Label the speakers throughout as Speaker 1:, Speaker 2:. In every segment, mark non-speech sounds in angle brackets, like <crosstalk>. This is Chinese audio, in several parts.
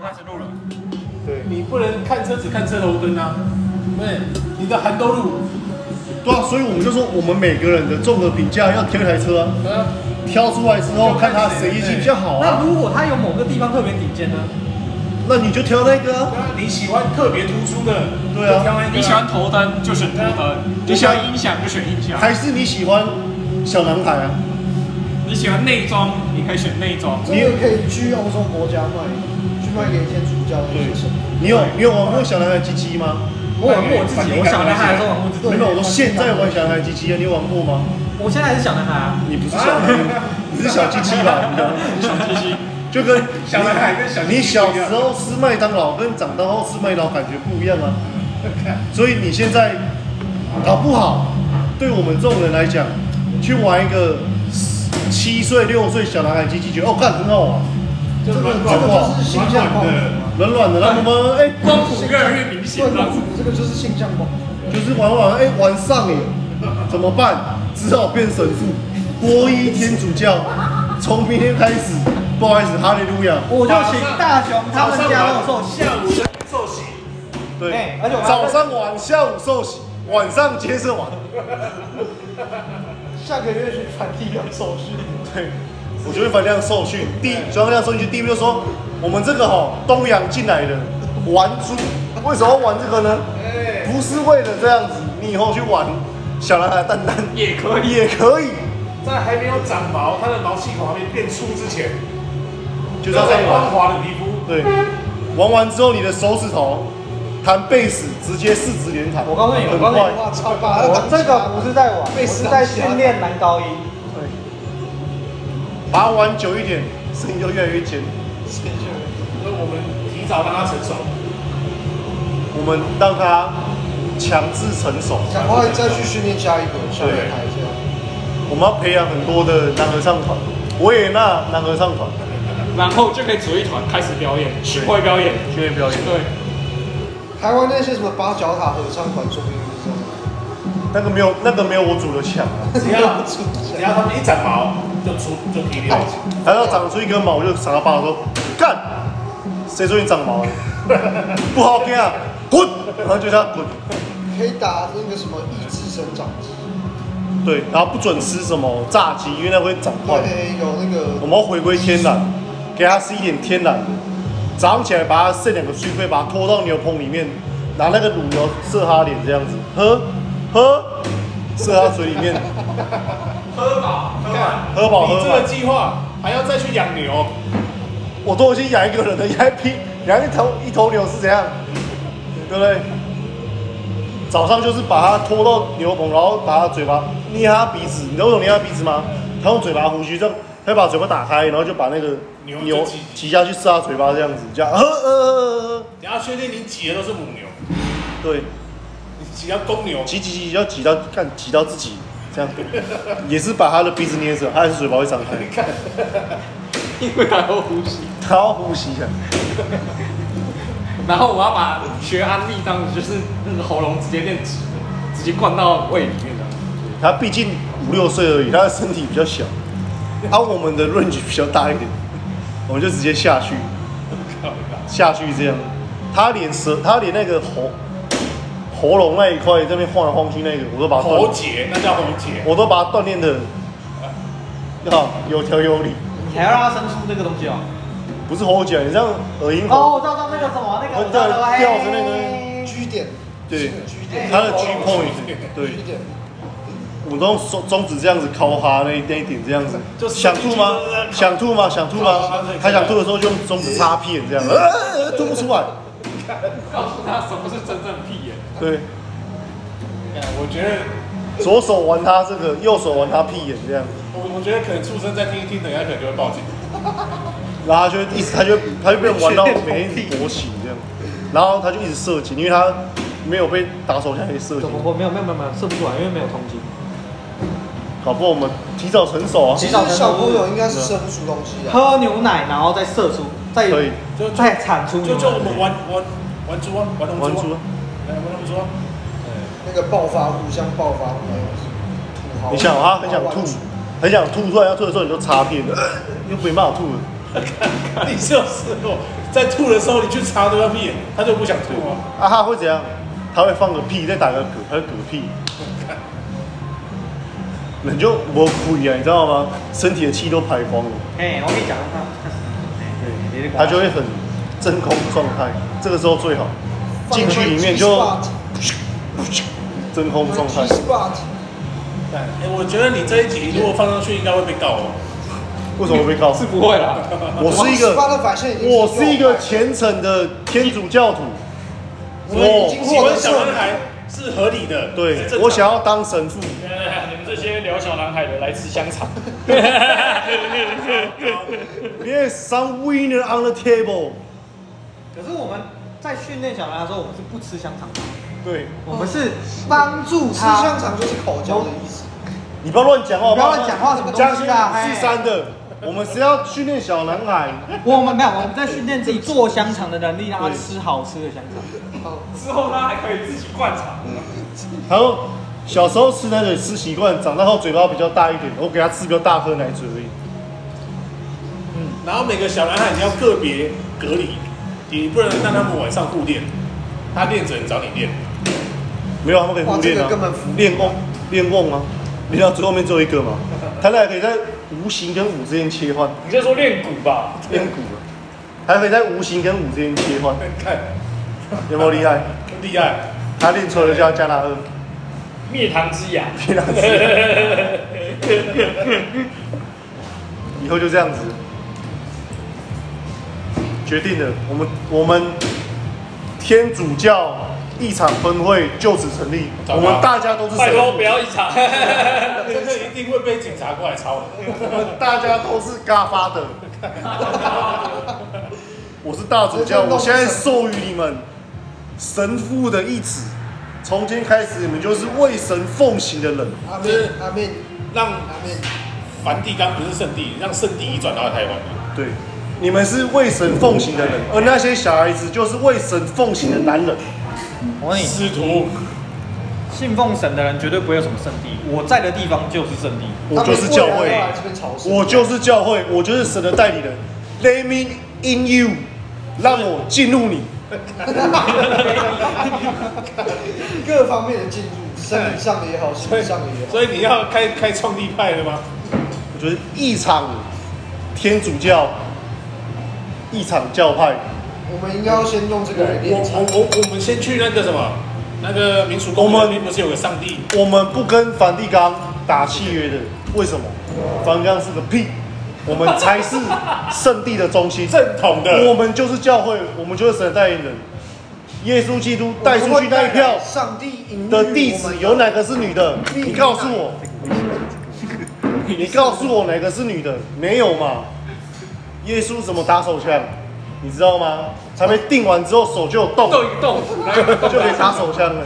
Speaker 1: 开始录了，
Speaker 2: 对，
Speaker 3: 你不能看车只看车头灯啊，对，你的涵兜路，
Speaker 2: 对啊，所以我们就说，我们每个人的综合评价要挑一台车啊，挑出来之后
Speaker 3: 就
Speaker 2: 看
Speaker 3: 看
Speaker 2: 他
Speaker 3: 谁
Speaker 2: 谁业绩比较好
Speaker 4: 嗯那
Speaker 2: 啊，
Speaker 4: 如果他有某个地方特别顶尖呢？
Speaker 2: 那你就挑那个啊。
Speaker 3: 那你喜欢特别突出的，
Speaker 2: 对啊
Speaker 3: 就挑那个
Speaker 1: 你喜欢头灯就选头灯，你喜欢音响就选音响，
Speaker 2: 还是你喜欢小男孩啊？
Speaker 1: 你喜欢内装你可以选内装，
Speaker 5: 你也可以去欧洲国家卖，去卖给一些主教的学生。
Speaker 2: 你有你有玩过小男孩鸡鸡吗？
Speaker 4: 我玩过我自己，我小男孩还是玩过自己。
Speaker 2: 没有，我说现在玩小男孩鸡鸡啊，你有玩过吗？
Speaker 4: 我现在还是小男孩啊。
Speaker 2: 你不
Speaker 4: <laughs>
Speaker 2: 是小男孩，你是小鸡鸡吧？你知道吗 <laughs>
Speaker 1: 小鸡鸡，
Speaker 2: 就跟
Speaker 3: 小男孩跟小
Speaker 2: 你小时候吃麦当劳跟长大后吃麦当劳感觉不一
Speaker 4: <laughs>
Speaker 2: 样啊，所以你现在搞不好，对我们这种人来讲，去玩一个七岁六岁小男孩机器觉得哦，干很好玩，
Speaker 5: 这个这
Speaker 2: 软
Speaker 5: 个
Speaker 2: 化
Speaker 5: 就是性向
Speaker 3: 软
Speaker 5: 暴力
Speaker 3: 软
Speaker 5: 嘛。
Speaker 2: 软软的，让我们哎、
Speaker 1: 光谱越来越明显
Speaker 5: 对，
Speaker 1: 这样子。
Speaker 5: 这个就是性向暴力。
Speaker 2: 就是玩玩哎、玩上瘾，怎么办？只好变神父，皈依天主教，从明天开始，不好意思，哈利路亚。
Speaker 4: 我就请大雄他们家帮我受洗。
Speaker 3: 下午受洗，
Speaker 2: 对，
Speaker 4: 哎而且我还
Speaker 2: 早上玩，下午受洗，晚上接着玩。
Speaker 5: 下个月去传递要手续。
Speaker 2: 对，我就会把这样受训。第中央这样受训，第一步就说我们这个哈、东洋进来的玩猪，为什么要玩这个呢？
Speaker 4: 哎
Speaker 2: 不是为了这样子，你以后去玩小男孩蛋蛋
Speaker 1: 也可以
Speaker 2: 也可以，
Speaker 3: 在还没有长毛，它的毛细孔还没变粗之前，啊
Speaker 2: 就是要这样
Speaker 3: 光
Speaker 2: 玩。
Speaker 3: 滑的皮肤，
Speaker 2: 对，玩完之后你的手指头弹贝斯，直接四指连弹。
Speaker 4: 我告诉你，我
Speaker 2: 很
Speaker 4: 告诉
Speaker 2: 快
Speaker 4: 你，
Speaker 5: 哇操！把
Speaker 4: 我这个不是在玩，
Speaker 5: 被
Speaker 4: 我是在训练男高音。
Speaker 2: 把它玩久一点，声音就越来越尖。
Speaker 3: 所以我们提早让它成熟。
Speaker 2: 我们让它强制成熟。
Speaker 5: 赶快再去训练下一个，下一个台阶。
Speaker 2: 我们要培养很多的男合唱团，维也纳男合唱团，
Speaker 1: 然后就可以组一团开始表演，巡回表演。
Speaker 2: 因为表演
Speaker 1: 对，
Speaker 5: 台湾那些什么八角塔合唱团，说不定就是这样。
Speaker 2: 那个没有那个没有我组的强啊，
Speaker 3: 只要只要它们一长毛，就出就皮溜。
Speaker 2: 还要长出一根毛我就傻巴说干，谁说你长毛了？啊 <laughs> 不好看啊，滚！然后就这样滚，
Speaker 5: 可以打那个什么抑制生长剂，
Speaker 2: 对，然后不准吃什么炸鸡，因为那会长坏。
Speaker 5: 对，有那
Speaker 2: 我
Speaker 5: 个
Speaker 2: 们要回归天然，给它吃一点天然的。早上起来把它剩两个碎块，把它拖到牛棚里面，拿那个乳油射它脸这样子，喝喝，射它嘴里面，
Speaker 3: 喝饱，喝满，
Speaker 2: 喝饱喝
Speaker 3: 你这
Speaker 2: 满
Speaker 3: 个计划还要再去养牛，
Speaker 2: 我都已经养一个人了，你还拼养一头一头牛是怎样？对不对？早上就是把它拖到牛棚，然后把它嘴巴捏它鼻子，你知道为什么捏它鼻子吗？它用嘴巴呼吸，这样它把嘴巴打开，然后就把那个
Speaker 3: 牛
Speaker 2: 牛
Speaker 3: 就挤
Speaker 2: 挤下去，射它嘴巴这样子，这样呃呃呃呃，呃
Speaker 3: 你要确定你挤的都是母牛，
Speaker 2: 对，
Speaker 3: 你挤到公牛，
Speaker 2: 挤挤挤要挤到看挤到自己这样，也是把它的鼻子捏着，它还是嘴巴会张开，
Speaker 1: 因为还要呼吸。
Speaker 2: 它要呼吸啊。
Speaker 1: 然后我要把学安利当时就是那个喉咙直接变直的，直接灌到胃里面的。
Speaker 2: 他毕竟五六岁而已，他的身体比较小，而、我们的 range 比较大一点，我们就直接下去，下去这样。他连舌，他连那个喉喉咙那一块这边晃来晃去那个，我都把它
Speaker 3: 喉
Speaker 2: 锻，
Speaker 3: 结，那叫喉结。
Speaker 2: 我都把它锻炼的，啊，有条有理，
Speaker 4: 你还要让他生出那个东西哦。
Speaker 2: 不是喉结，你这样耳音
Speaker 4: 哦，我
Speaker 2: 喉，
Speaker 4: 知道，知道那个什么，那个
Speaker 2: 我知道吊着那个
Speaker 5: 居点，
Speaker 2: 对
Speaker 5: 居点，
Speaker 2: 他的 G point，对，
Speaker 5: 居点，
Speaker 2: 我们都用手中指这样子敲他那一那一点这样子，
Speaker 3: 就是
Speaker 2: 想吐吗
Speaker 3: 就是那？个
Speaker 2: 想吐吗？想吐吗？他想吐的时候就用中指插片这样，呃呃，呃吐不出来。
Speaker 1: 告诉他什么是真正屁眼。
Speaker 2: 对，
Speaker 3: 啊我觉得，
Speaker 2: 左手玩他这个，右手玩他屁眼这样，
Speaker 3: 我我觉得可能畜生在听一听，等一下可能就会报警。
Speaker 2: 然后他就会一直他就他就被玩到每天勃起这样，然后他就一直射精，因为他没有被打手枪给射
Speaker 4: 怎
Speaker 2: 精
Speaker 4: 么，我没有没有没有没有射不出来，因为没有通经。
Speaker 2: 搞不好我们提早成熟啊。
Speaker 5: 其实小朋友应该是射不出东西的。
Speaker 4: 喝牛奶然后再射出，再
Speaker 2: 可以
Speaker 3: 就
Speaker 4: 再产出牛
Speaker 3: 就
Speaker 4: 奶。
Speaker 3: 就我们玩玩玩猪啊，玩龙
Speaker 2: 玩
Speaker 3: 珠
Speaker 2: 猪
Speaker 3: 啊，，来玩龙珠啊。
Speaker 5: 那个爆发，互相爆发，那种土豪。
Speaker 2: 你想他很想吐，很
Speaker 3: <laughs>
Speaker 2: 想吐，突然要吐的时候你就插片了，呃又没办法吐了。
Speaker 3: 你是有试过？哦在吐的时候你去擦那个屁，他就不想吐啊。
Speaker 2: 啊哈会怎样？他会放个屁，再打个嗝，他就嗝屁。人就我亏啊，你知道吗？身体的气都排光了，
Speaker 4: 哎，我跟你讲，你
Speaker 6: 啊
Speaker 2: 他就会很真空状态。这个时候最好进去里面就真空状态。
Speaker 5: spot，
Speaker 3: 哎、我觉得你这一集如果放上去，应该会被告哦。
Speaker 2: 为什么会被告？
Speaker 1: 是不会啦。
Speaker 2: 我是一个，
Speaker 5: spot 反现已经
Speaker 2: 我是一个
Speaker 5: 右派
Speaker 2: 虔诚的天主教徒。
Speaker 5: 我们已
Speaker 3: 请
Speaker 5: 经获
Speaker 3: 问
Speaker 5: 得
Speaker 3: 小
Speaker 5: 胜
Speaker 3: 男
Speaker 5: 利。
Speaker 3: 孩是合理的？
Speaker 2: 对
Speaker 3: 是正常的
Speaker 2: 我想要当神父。
Speaker 1: 你们这些聊小男孩的来吃香肠。
Speaker 2: Yes, some winner on the table。
Speaker 4: 可是我们在训练小孩的时候，我们是不吃香肠的，
Speaker 2: 对，
Speaker 4: 我们是
Speaker 5: 帮助吃
Speaker 4: 他
Speaker 5: 香肠就是口交的意思。
Speaker 2: 你不要乱讲话好
Speaker 4: 不
Speaker 2: 好，
Speaker 4: 要乱讲话，什么
Speaker 2: 嘉
Speaker 4: 东
Speaker 2: 兴
Speaker 4: 西啊？
Speaker 2: 是三的，我们是要训练小男孩。
Speaker 4: 嘿我们没有，我们在训练自己做香肠的能力，让他吃好吃的香肠。
Speaker 1: 之后他还可以自己灌肠。
Speaker 2: 然后小时候吃奶嘴吃习惯，长大后嘴巴比较大一点，我给他吃比较大颗奶嘴而已。
Speaker 3: <laughs> 然后每个小男孩你要个别隔离，你不能让他们晚上互练，他练只能找你练。
Speaker 2: 没有，他们可以互练
Speaker 5: 哇这个
Speaker 2: 啊
Speaker 5: 根本服，
Speaker 2: 练功练功啊，练到最后面只有一个嘛，他俩可以在无形跟五之间切换，
Speaker 1: 你在说练鼓吧？
Speaker 2: 练骨了，还可以在无形跟五之间切换，
Speaker 3: 看，
Speaker 2: 有没有厉害？
Speaker 3: 厉害！
Speaker 2: 他练出来就叫加拿二，
Speaker 1: 灭堂之
Speaker 3: <laughs>
Speaker 1: 牙。
Speaker 2: 骗他吃， <laughs> 以后就这样子。决定了，我们我们天主教一场分会就此成立，
Speaker 3: 糟
Speaker 2: 我
Speaker 3: 糕
Speaker 2: 们大家都是
Speaker 1: 拜
Speaker 2: 神
Speaker 1: 托
Speaker 2: 父，
Speaker 1: 不要一场。
Speaker 3: 这个一定会被警察过
Speaker 1: <laughs>
Speaker 3: 来抄的。
Speaker 2: 我们大家都是嘎发的。我是大主教，我现在授予你们神父的义职，从今天开始，你们就是为神奉行的人。
Speaker 5: 阿
Speaker 3: 就是
Speaker 5: 门，阿门，
Speaker 3: 让
Speaker 5: 阿门。
Speaker 3: 梵蒂冈不是圣地，让圣地移转到台湾。
Speaker 2: 对，你们是为神奉行的人，而那些小孩子就是为神奉行的男人。
Speaker 4: 我问你，
Speaker 3: 师徒，
Speaker 4: 信奉神的人绝对不会有什么圣地，我在的地方就是圣地。
Speaker 2: 我就是教
Speaker 5: 他们过来要
Speaker 2: 会
Speaker 5: 来，这边朝圣
Speaker 2: 我就是教会，我就是神的代理人。Let me in you，让我进入你。
Speaker 5: 各方面的进入，生理上的也好，心理上的也好。
Speaker 3: 所以你要开开创立派了吗？
Speaker 2: 我觉得一场天主教，一场教派，
Speaker 5: 我们应该要先用这
Speaker 3: 我
Speaker 5: 个来
Speaker 3: 我
Speaker 5: 练场。
Speaker 3: 我我我们先去那个什么，那个民俗公园那边不是有个上帝？
Speaker 2: 我们不跟梵蒂冈打契约的，为什么？梵蒂冈是个屁，我们才是圣地的中心。
Speaker 3: 正统的
Speaker 2: <laughs> 我们就是教会，我们就是神的代言人。耶稣基督
Speaker 5: 我
Speaker 2: 带
Speaker 5: 们
Speaker 2: 出
Speaker 5: 会
Speaker 2: 去那一票
Speaker 5: 带上帝引
Speaker 2: 的
Speaker 5: 领
Speaker 2: 弟
Speaker 5: 我
Speaker 2: 子
Speaker 5: 们
Speaker 2: 有哪个是女的？你告诉
Speaker 5: <laughs>
Speaker 2: 我，你告诉我哪个是女的？没有嘛？耶稣怎么打手枪？你知道吗？才被定完之后手就有动，
Speaker 1: 动一动，
Speaker 2: 就可以打手枪了。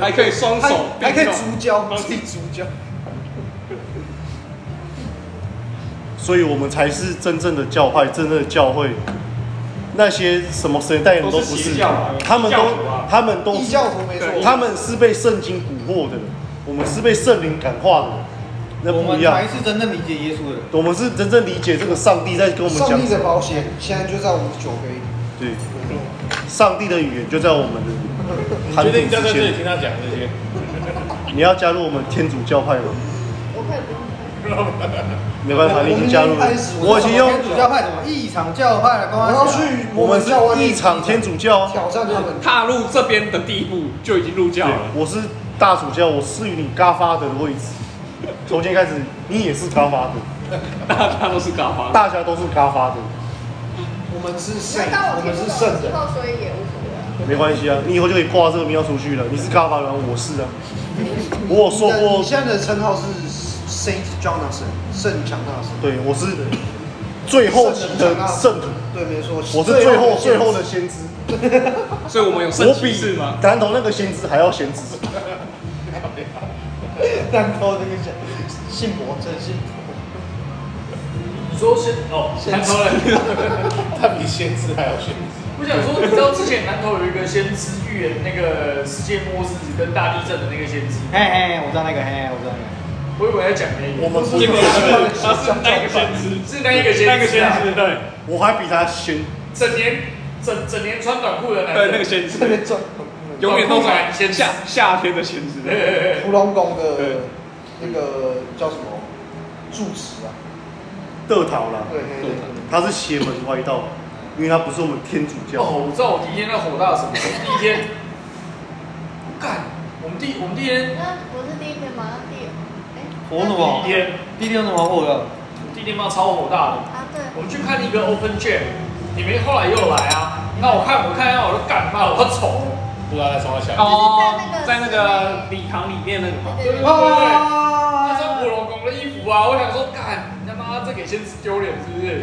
Speaker 1: 还可以双
Speaker 5: 还
Speaker 1: 手并
Speaker 5: 还可以
Speaker 1: 用
Speaker 5: 足交，自己足交。
Speaker 2: 所以我们才是真正的教派，真正的教会。那些什么神代言人都不
Speaker 1: 都是
Speaker 2: 是
Speaker 1: 邪教啊，
Speaker 2: 他们都
Speaker 1: 教徒啊
Speaker 2: 他们都
Speaker 5: 异
Speaker 2: 是
Speaker 5: 教徒没错，
Speaker 1: 对
Speaker 2: 他们是被圣经蛊惑的，我们是被圣灵感化的，那
Speaker 4: 我
Speaker 2: 不
Speaker 4: 们
Speaker 2: 一样
Speaker 4: 才。是真正理解耶稣的人。
Speaker 2: 我们是真正理解这个上帝在跟我们
Speaker 5: 上
Speaker 2: 讲
Speaker 5: 帝
Speaker 2: 什
Speaker 5: 的
Speaker 2: 么，
Speaker 5: 保险现在就在我们酒杯里。
Speaker 2: 对，上帝的语言就在我们的
Speaker 3: 你
Speaker 2: 谈
Speaker 3: 决
Speaker 2: 吐
Speaker 3: 定要在
Speaker 2: 之
Speaker 3: 这里
Speaker 2: 间。
Speaker 3: 听他讲这些？
Speaker 2: 你要加入我们天主教派吗？没办法，
Speaker 5: 我
Speaker 2: 你已经加入了
Speaker 5: 我已经开始，
Speaker 2: 我已经用
Speaker 5: 我
Speaker 4: 天主教派什么异常教派的，
Speaker 5: 我
Speaker 4: 刚
Speaker 5: 要
Speaker 4: 刚
Speaker 5: 去
Speaker 2: 我们是
Speaker 5: 教会
Speaker 2: 异场天主教啊，
Speaker 5: 挑战他们。
Speaker 1: 踏入这边的第一步就已经入教
Speaker 2: 对
Speaker 1: 了，。
Speaker 2: 我是大主教，我赐予你嘎发的位置。从今天开始，你也是嘎发的，
Speaker 1: 大家都是嘎巴。
Speaker 2: 大家都是嘎发的，
Speaker 5: 我们是圣，
Speaker 7: 那
Speaker 5: 我
Speaker 7: 我
Speaker 5: 们
Speaker 7: 们
Speaker 5: 是圣
Speaker 7: 是
Speaker 5: 人
Speaker 7: 圣人，，所以也无所谓啊。
Speaker 2: 没关系啊，你以后就可以挂这个庙出去了。你是嘎发的，我是啊。我有说
Speaker 5: 你的
Speaker 2: 过
Speaker 5: 你，现在的称号是 Saint Jonathan，圣强纳森。
Speaker 2: 对我是最后期的圣徒，
Speaker 5: 对，没错，
Speaker 2: 我是最后最
Speaker 5: 最
Speaker 2: 后
Speaker 5: 后
Speaker 2: 的
Speaker 5: 的
Speaker 2: 先知。
Speaker 1: 所以我们有圣
Speaker 2: 我
Speaker 1: 骑
Speaker 2: 比
Speaker 1: 士吗？
Speaker 2: 南头那个先知还要先知，
Speaker 5: 蛋糕这个讲，信佛真信佛，
Speaker 3: 你说先哦，
Speaker 1: 南投人，
Speaker 3: 他比先知还要先知。
Speaker 6: <laughs> 我想说，你知道之前南投有一个先知预言那个世界末日跟大地震的那个先知，
Speaker 4: 嘿嘿，我知道那个，嘿嘿，我知道那
Speaker 6: 我以为在讲那
Speaker 3: 我
Speaker 6: 个，
Speaker 3: 们不
Speaker 1: 结
Speaker 3: 是
Speaker 1: 果
Speaker 3: 那个
Speaker 1: 是他是那个先知，
Speaker 6: 是那一个先知啊
Speaker 1: 那个先知，对，
Speaker 2: 我还比他先
Speaker 6: 整年整整年穿短裤的男
Speaker 1: 对，哎
Speaker 6: 人，
Speaker 1: 那个先知
Speaker 5: 这，边转
Speaker 1: 永远都穿
Speaker 6: 短裤哦先知
Speaker 1: 夏夏天的先
Speaker 6: 对
Speaker 1: 知。
Speaker 6: 对对对
Speaker 5: 屠龙宫的
Speaker 1: 对
Speaker 5: 那个叫什么住持啊？
Speaker 2: 得逃啦，
Speaker 5: 对对对，
Speaker 2: 他是邪门歪道，因为他不是我们天主教。
Speaker 6: 哦，我知道我第一天在火大什么，第一天，干，我们第我们第一天
Speaker 7: 那不是第一天吗？那第哎，
Speaker 4: 火奴
Speaker 6: 第
Speaker 4: 哦
Speaker 6: 一天
Speaker 4: 第一天有什么火的？
Speaker 6: 第一天妈超火大的，
Speaker 7: 啊对，
Speaker 6: 我们去看一个 open jam，你们后来又来啊，那我看我看到我就干嘛，我丑，
Speaker 3: 不知道在冲他小。
Speaker 7: 哦
Speaker 1: 在那个礼堂里面那个嘛，
Speaker 7: 对
Speaker 6: 对对
Speaker 7: 对对
Speaker 6: 对，他穿火龙宫的衣服啊，我想说干，他妈这给先知丢脸是不是？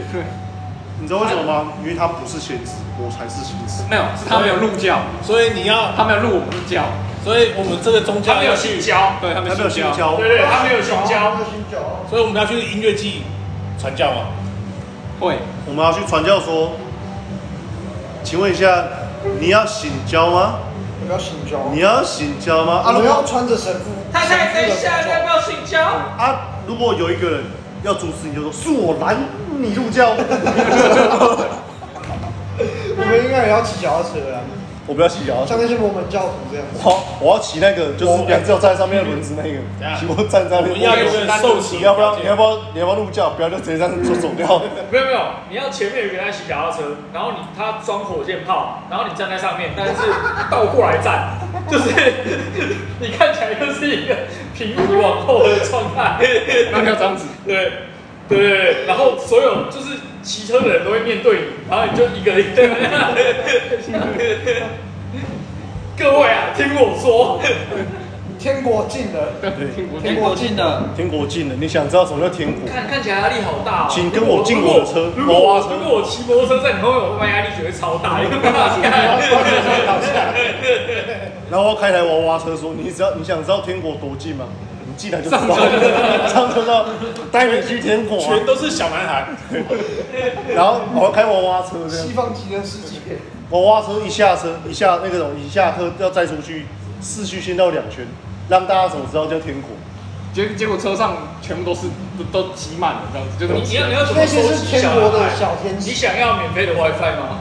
Speaker 2: 你知道为什么吗？因为他不是先知，我才是先知。
Speaker 1: 没有，是他没有入教，
Speaker 3: 所以你要，
Speaker 1: 他没有入我们的教，
Speaker 3: 所以我们这个宗
Speaker 6: 他
Speaker 3: 教
Speaker 6: 没有
Speaker 3: 要去
Speaker 6: 性，交，
Speaker 1: 对他没
Speaker 2: 他没有
Speaker 1: 有
Speaker 2: 信
Speaker 1: 信教，
Speaker 2: 教，
Speaker 6: 对对，他没有性交
Speaker 5: 那，新教哦
Speaker 3: 所以我们要去音乐季传教嘛。
Speaker 1: 会
Speaker 2: 我们要去传教说，请问一下，你要醒教吗？
Speaker 5: 有没有新教？
Speaker 2: 你要醒教吗？啊，
Speaker 5: 我
Speaker 2: 如
Speaker 5: 们要
Speaker 2: 果
Speaker 5: 穿着神父，
Speaker 6: 他太在下要不要性交？
Speaker 2: 啊，如果有一个人要阻止你，就说是我拦你入教，
Speaker 5: 我们应该也要骑脚踏车啊，
Speaker 2: <laughs> 我不要洗脚。
Speaker 5: 像那些摩门教徒这样子。
Speaker 2: 我我要骑那个，就是两只脚站在上面的轮子那个
Speaker 3: 等一下，
Speaker 2: 骑我站在那
Speaker 3: 我们要有
Speaker 2: 个。
Speaker 3: 个受洗，
Speaker 2: 你要不要？你要不要？你要不要入教？不要就直接这样走走掉。
Speaker 6: 没有没有，你要前面有一个人在骑脚踏车，然后你他装火箭炮，然后你站在上面，但
Speaker 1: <laughs>
Speaker 6: 是倒过来站，就是 <laughs> 你看起来就是一个平移往后的状态，
Speaker 1: 那没有这样子，
Speaker 6: 对对对对，然后所有就是骑车的人都会面对你，然后你就一个人
Speaker 1: <laughs>
Speaker 6: 对。各位啊，听我说，
Speaker 5: 天国近了，
Speaker 4: 天国进的，
Speaker 2: <laughs> 天国近了，你想知道什么叫天国？
Speaker 6: 看看起来压力好大、哦。
Speaker 2: 请跟我进我的车
Speaker 6: 如果如果
Speaker 2: 娃娃车
Speaker 6: 我如果我骑摩托车在你后面，我他妈压力绝对超大，因为打起来。
Speaker 2: <laughs> 然后开台娃娃车说：“你只要你想知道天国多近吗？你进来就知道， <laughs> 上车到带你去天国、啊
Speaker 3: 全。都是小男孩，”
Speaker 2: 然后我要开娃娃车这样
Speaker 5: 西，方极乐世界，
Speaker 2: 娃娃车一下车一下那个什么一下课要再出去市区先绕两圈，让大家怎么知道叫天国？
Speaker 1: 结结果车上全部都是都都挤满了这样子，就
Speaker 6: 你
Speaker 1: 是
Speaker 6: 你要你要怎么
Speaker 5: 那些
Speaker 6: 收
Speaker 5: 是
Speaker 6: 集
Speaker 5: 天
Speaker 6: 小
Speaker 5: 国
Speaker 6: 男
Speaker 5: 的
Speaker 6: 孩
Speaker 5: 小天
Speaker 6: 你
Speaker 5: 使。
Speaker 6: 想要免费的 WiFi 吗？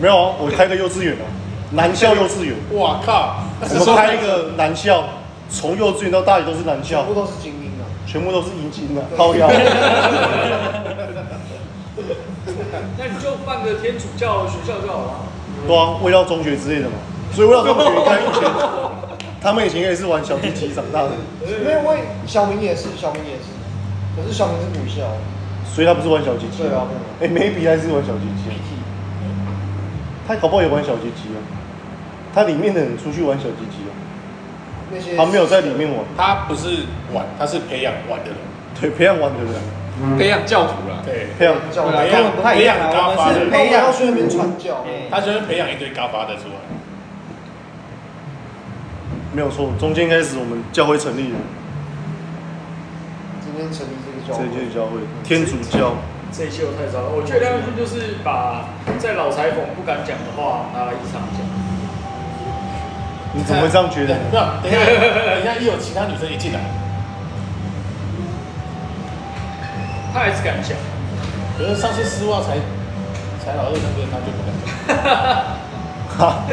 Speaker 2: 没有啊，我开个幼稚园啊，男校幼稚园，
Speaker 3: 哇靠！
Speaker 2: 我们开一个男校，从幼稚园到大学都是男校
Speaker 5: 全部，都是精英啊！
Speaker 2: 全部都是阴茎的，高腰。
Speaker 6: 那你就办个天主教学校就好了。
Speaker 2: 对啊，味道中学之类的嘛。所以味道中学他以前，他们以前也是玩小弟弟长大的，
Speaker 5: 没有，我也小明也是，小明也是，可是小明是女校，
Speaker 2: 所以他不是玩小鸡鸡。
Speaker 5: 对啊
Speaker 2: 哎、眉笔还是玩小鸡鸡啊。他搞不好也玩小鸡鸡啊。他里面的人出去玩小鸡鸡啊，
Speaker 5: 那些
Speaker 2: 他没有在里面玩，
Speaker 3: 他不是玩，他是培养玩的人。
Speaker 2: 对，培养玩的人，
Speaker 1: 培养教徒了。
Speaker 3: 对，
Speaker 2: 培养
Speaker 5: 教
Speaker 4: 对啊
Speaker 5: 育，
Speaker 4: 跟
Speaker 3: 培养
Speaker 4: 我们不太一样啊
Speaker 3: 培养高发
Speaker 4: 我们
Speaker 3: 的
Speaker 4: 是培
Speaker 5: 那我们
Speaker 4: 养
Speaker 5: 要去那边传教，
Speaker 3: 他就会培养一堆高发的出来。
Speaker 2: 没有错。中间开始我们教会成立了，
Speaker 5: 今天成立这个教
Speaker 2: 这
Speaker 5: 会，
Speaker 2: 就是教会天主教。
Speaker 6: 这一切都太糟了，我觉得廖君就是把在老裁缝不敢讲的话拿来异常讲。
Speaker 2: 你怎么会这样
Speaker 3: <laughs>
Speaker 2: 觉得？
Speaker 3: 没有，等一下，等一下，一有其他女生一进来，
Speaker 6: 他还是敢讲，
Speaker 3: 可是上次丝袜才才老二那个，他就不敢讲。
Speaker 2: 哈，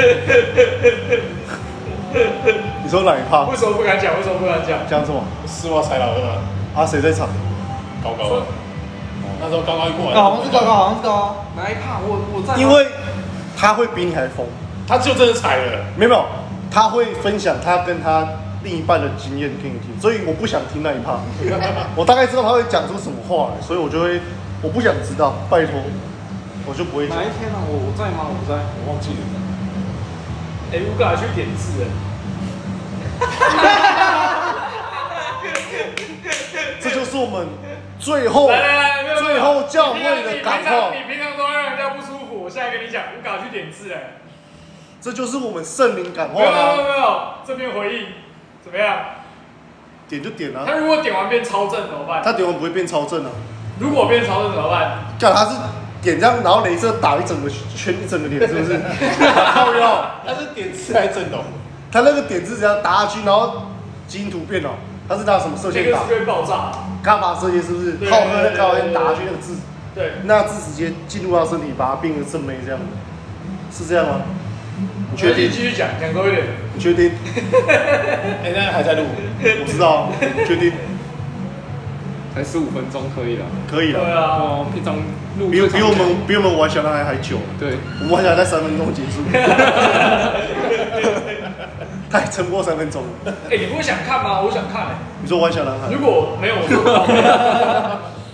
Speaker 2: 你说哪一趴？
Speaker 6: 为什么不敢讲？为什么不敢讲？
Speaker 2: 讲什么？
Speaker 3: 丝袜才老二啊，
Speaker 2: 啊，谁在场？
Speaker 3: 高高的，那时候高高一过来，
Speaker 4: 啊好像是高高，好像是高高。
Speaker 6: 哪一怕我我在
Speaker 2: 因为他会比你还疯，
Speaker 3: 他就真的踩了。
Speaker 2: 没有没有，他会分享他跟他另一半的经验给你听，所以我不想听那一趴，我大概知道他会讲出什么话来，所以我就会，我不想知道，拜托，我就不会讲
Speaker 1: 哪。一天呢？我我在吗？我不在。
Speaker 3: 我忘记了，
Speaker 6: 哎，乌嘎去点痣哎，
Speaker 2: 这就是我们最后
Speaker 6: 来来来，没有没有
Speaker 2: 最后教会
Speaker 6: 你
Speaker 2: 的
Speaker 6: 平
Speaker 2: 感
Speaker 6: 常
Speaker 2: 化
Speaker 6: 你，平常都让人家不舒服，我现在跟你讲乌嘎去点痣哎，
Speaker 2: 这就是我们圣灵感化
Speaker 6: 没有没有没
Speaker 2: 啦，
Speaker 6: 有没有，这边回应怎么样？
Speaker 2: 点就点啊
Speaker 6: 他，如果点完变超正怎么办？
Speaker 2: 他点完不会变超正啊，
Speaker 6: 如果变超正怎么办？
Speaker 2: 干他是点这样，然后镭射打一整个圈一整个脸，是不是？靠腰。
Speaker 3: 他是点刺还是震动？
Speaker 2: 他那个点是只要打下去，然后基因突变哦，他是拿什么射
Speaker 6: 这个
Speaker 2: 线打
Speaker 6: 是？会爆炸。
Speaker 2: 伽马射线是不是？
Speaker 6: 对
Speaker 2: 浩克那高
Speaker 6: 对对对
Speaker 2: 烟打下去那个字，
Speaker 6: 对，
Speaker 2: 那字直接进入到身体，把它变成圣杯这样，是这样吗？你确
Speaker 6: 你
Speaker 2: 定？嗯
Speaker 6: 继续讲，讲多一点。
Speaker 2: 你确定？
Speaker 3: 哎，那还在录，
Speaker 2: 我知道，你确定
Speaker 1: 才十五分钟可以了。
Speaker 2: 可以
Speaker 6: 对
Speaker 2: 了，
Speaker 6: 啊，
Speaker 1: 哦，平常录
Speaker 2: 比
Speaker 1: 就
Speaker 2: 比
Speaker 1: 常
Speaker 2: 我们比我们玩小男孩还久，
Speaker 1: 对，
Speaker 2: 我们玩小男孩三分钟结束，他还撑过三分钟了。
Speaker 6: 哎、你不会想看吗？我想看、欸。
Speaker 2: 你说玩小男孩
Speaker 6: 如，果没有，我
Speaker 2: <laughs>
Speaker 6: 说我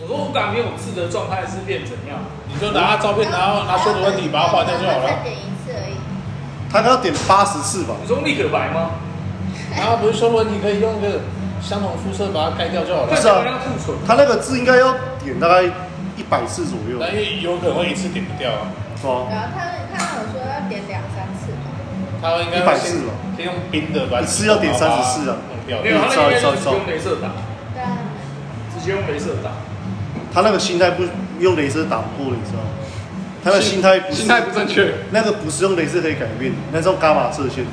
Speaker 6: 我说无感没有字的状态是变怎样？
Speaker 3: 你就拿照片，然后拿修图问题把它画掉就好
Speaker 7: 再
Speaker 3: 了。
Speaker 7: 点一次而已。
Speaker 2: 他要点八十次吧？
Speaker 6: 你说立可白吗？
Speaker 3: 然后不是修图问题可以用一个相同肤色把它盖掉就好
Speaker 2: 不
Speaker 3: 了
Speaker 2: 是。啊
Speaker 6: 看起来像库存。
Speaker 2: 他那个字应该要点大概一百次左右，
Speaker 3: 但因为有可能会一次点不掉啊，
Speaker 2: 是吧？
Speaker 7: 然后他他有说要点两三次吧，
Speaker 3: 他应该
Speaker 2: 100
Speaker 3: 会
Speaker 2: 次
Speaker 3: 先
Speaker 2: 吧
Speaker 3: 先用冰的把
Speaker 2: 一次要点
Speaker 3: 把它
Speaker 2: 34啊
Speaker 3: 弄掉
Speaker 6: 没有，他那个应该就是直
Speaker 2: 照
Speaker 6: 接
Speaker 2: 照
Speaker 6: 用镭射打，
Speaker 7: 对啊，
Speaker 6: 直接用镭射打。
Speaker 2: 他那个心态不用镭射打不过的，你知道吗？他的心态不是
Speaker 1: 心态不正确。
Speaker 2: 那个不是用镭射可以改变的，那是用伽马射线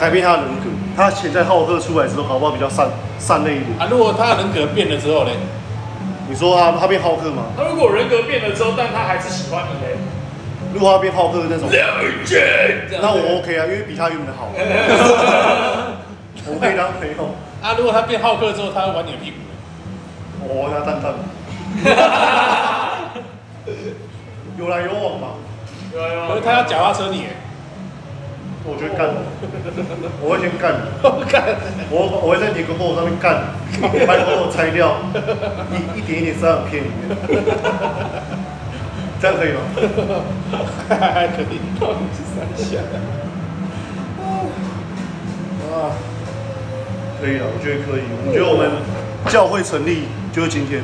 Speaker 2: 改变他的人格。他潜在好客出来之后，搞不好比较善善类一点。
Speaker 3: 啊，如果他人格变了之后呢？
Speaker 2: 你说啊他他变好客吗？
Speaker 6: 他如果人格变了之后，但他还是喜欢你嘞，
Speaker 2: 如果他变好客那种，
Speaker 6: 这样
Speaker 2: 那我 OK 啊，因为比他原本的好， <laughs> 我可以当朋友。
Speaker 3: 啊，如果他变好客之后，他会玩你的屁股。
Speaker 2: 哦，那蛋蛋， <laughs> 有来有往吧。
Speaker 6: 有啊有
Speaker 1: 哦
Speaker 6: 啊
Speaker 3: 可是他要脚踏车你，
Speaker 2: 我就会 <laughs> 干，我会先干，干，我我会在你个货上面干，把你货拆掉，一一点一点塞到片 <laughs> 里面，这样可以吗？
Speaker 3: 还可 <laughs> 以到你去三下。啊，
Speaker 2: 可以了，啊我觉得可以。我觉得我们教会成立就是今天，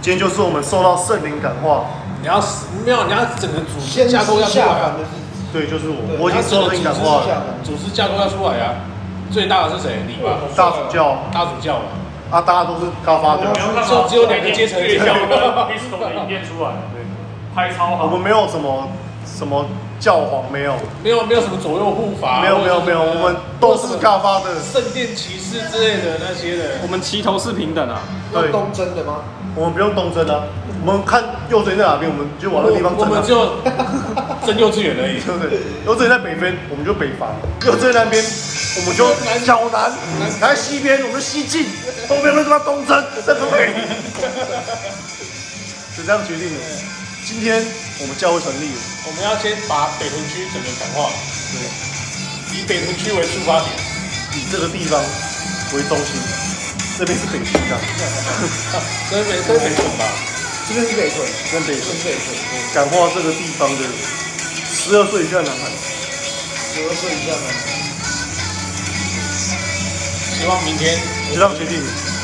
Speaker 2: 今天就是我们受到圣灵感化，
Speaker 3: 你要死没有，你要整个组
Speaker 5: 先
Speaker 3: 织架构要出来
Speaker 5: 下凡
Speaker 3: 啊
Speaker 5: 的，日
Speaker 2: 对，就是我
Speaker 5: 对，
Speaker 2: 我已经受到圣灵感化了。
Speaker 3: 组织架构要出来啊。最大的是谁？你吧，
Speaker 2: 大主教
Speaker 3: 大主教嘛。
Speaker 2: 啊，大家都是高发的
Speaker 6: 你，要看
Speaker 3: 就
Speaker 6: 吗？
Speaker 3: 只有两个阶层
Speaker 6: 月销跟黑石头的影片出来，拍超
Speaker 2: 我
Speaker 6: 好。
Speaker 2: 们没有什么什么教皇，没有，
Speaker 3: 没有没有什么左右护法，
Speaker 2: 没有没有没有，啊我们都是高发的，
Speaker 3: 圣殿骑士之类的那些的。
Speaker 4: 我们齐头是平等啊，
Speaker 5: 向
Speaker 2: 对
Speaker 5: 要东征的吗？
Speaker 2: 我们不用东征啊，我们看右边在哪边，我们就往那个地方
Speaker 3: 我
Speaker 2: 争啊
Speaker 3: 们。就争幼稚园而已。
Speaker 2: 对不对？右这里在北边，我们就北伐；右这里那边，我们就小南；来西边，我们就西进；东边我们就他妈东征，这东北。就这样决定的。今天我们教会成立了，
Speaker 3: 我们要先把北屯区整个感化，
Speaker 2: 对，
Speaker 3: 以北屯区为出发点。
Speaker 2: 以这个地方为中心，这边是北区啊，
Speaker 3: 所以北，所以北屯吧，
Speaker 5: 这边是北屯，
Speaker 2: 跟北
Speaker 5: 这
Speaker 2: 区
Speaker 5: 边是北屯，
Speaker 2: 感化这个地方的十二岁以下男孩。
Speaker 5: 我要说一下吗？
Speaker 3: 希望明天
Speaker 2: 就这样决定了。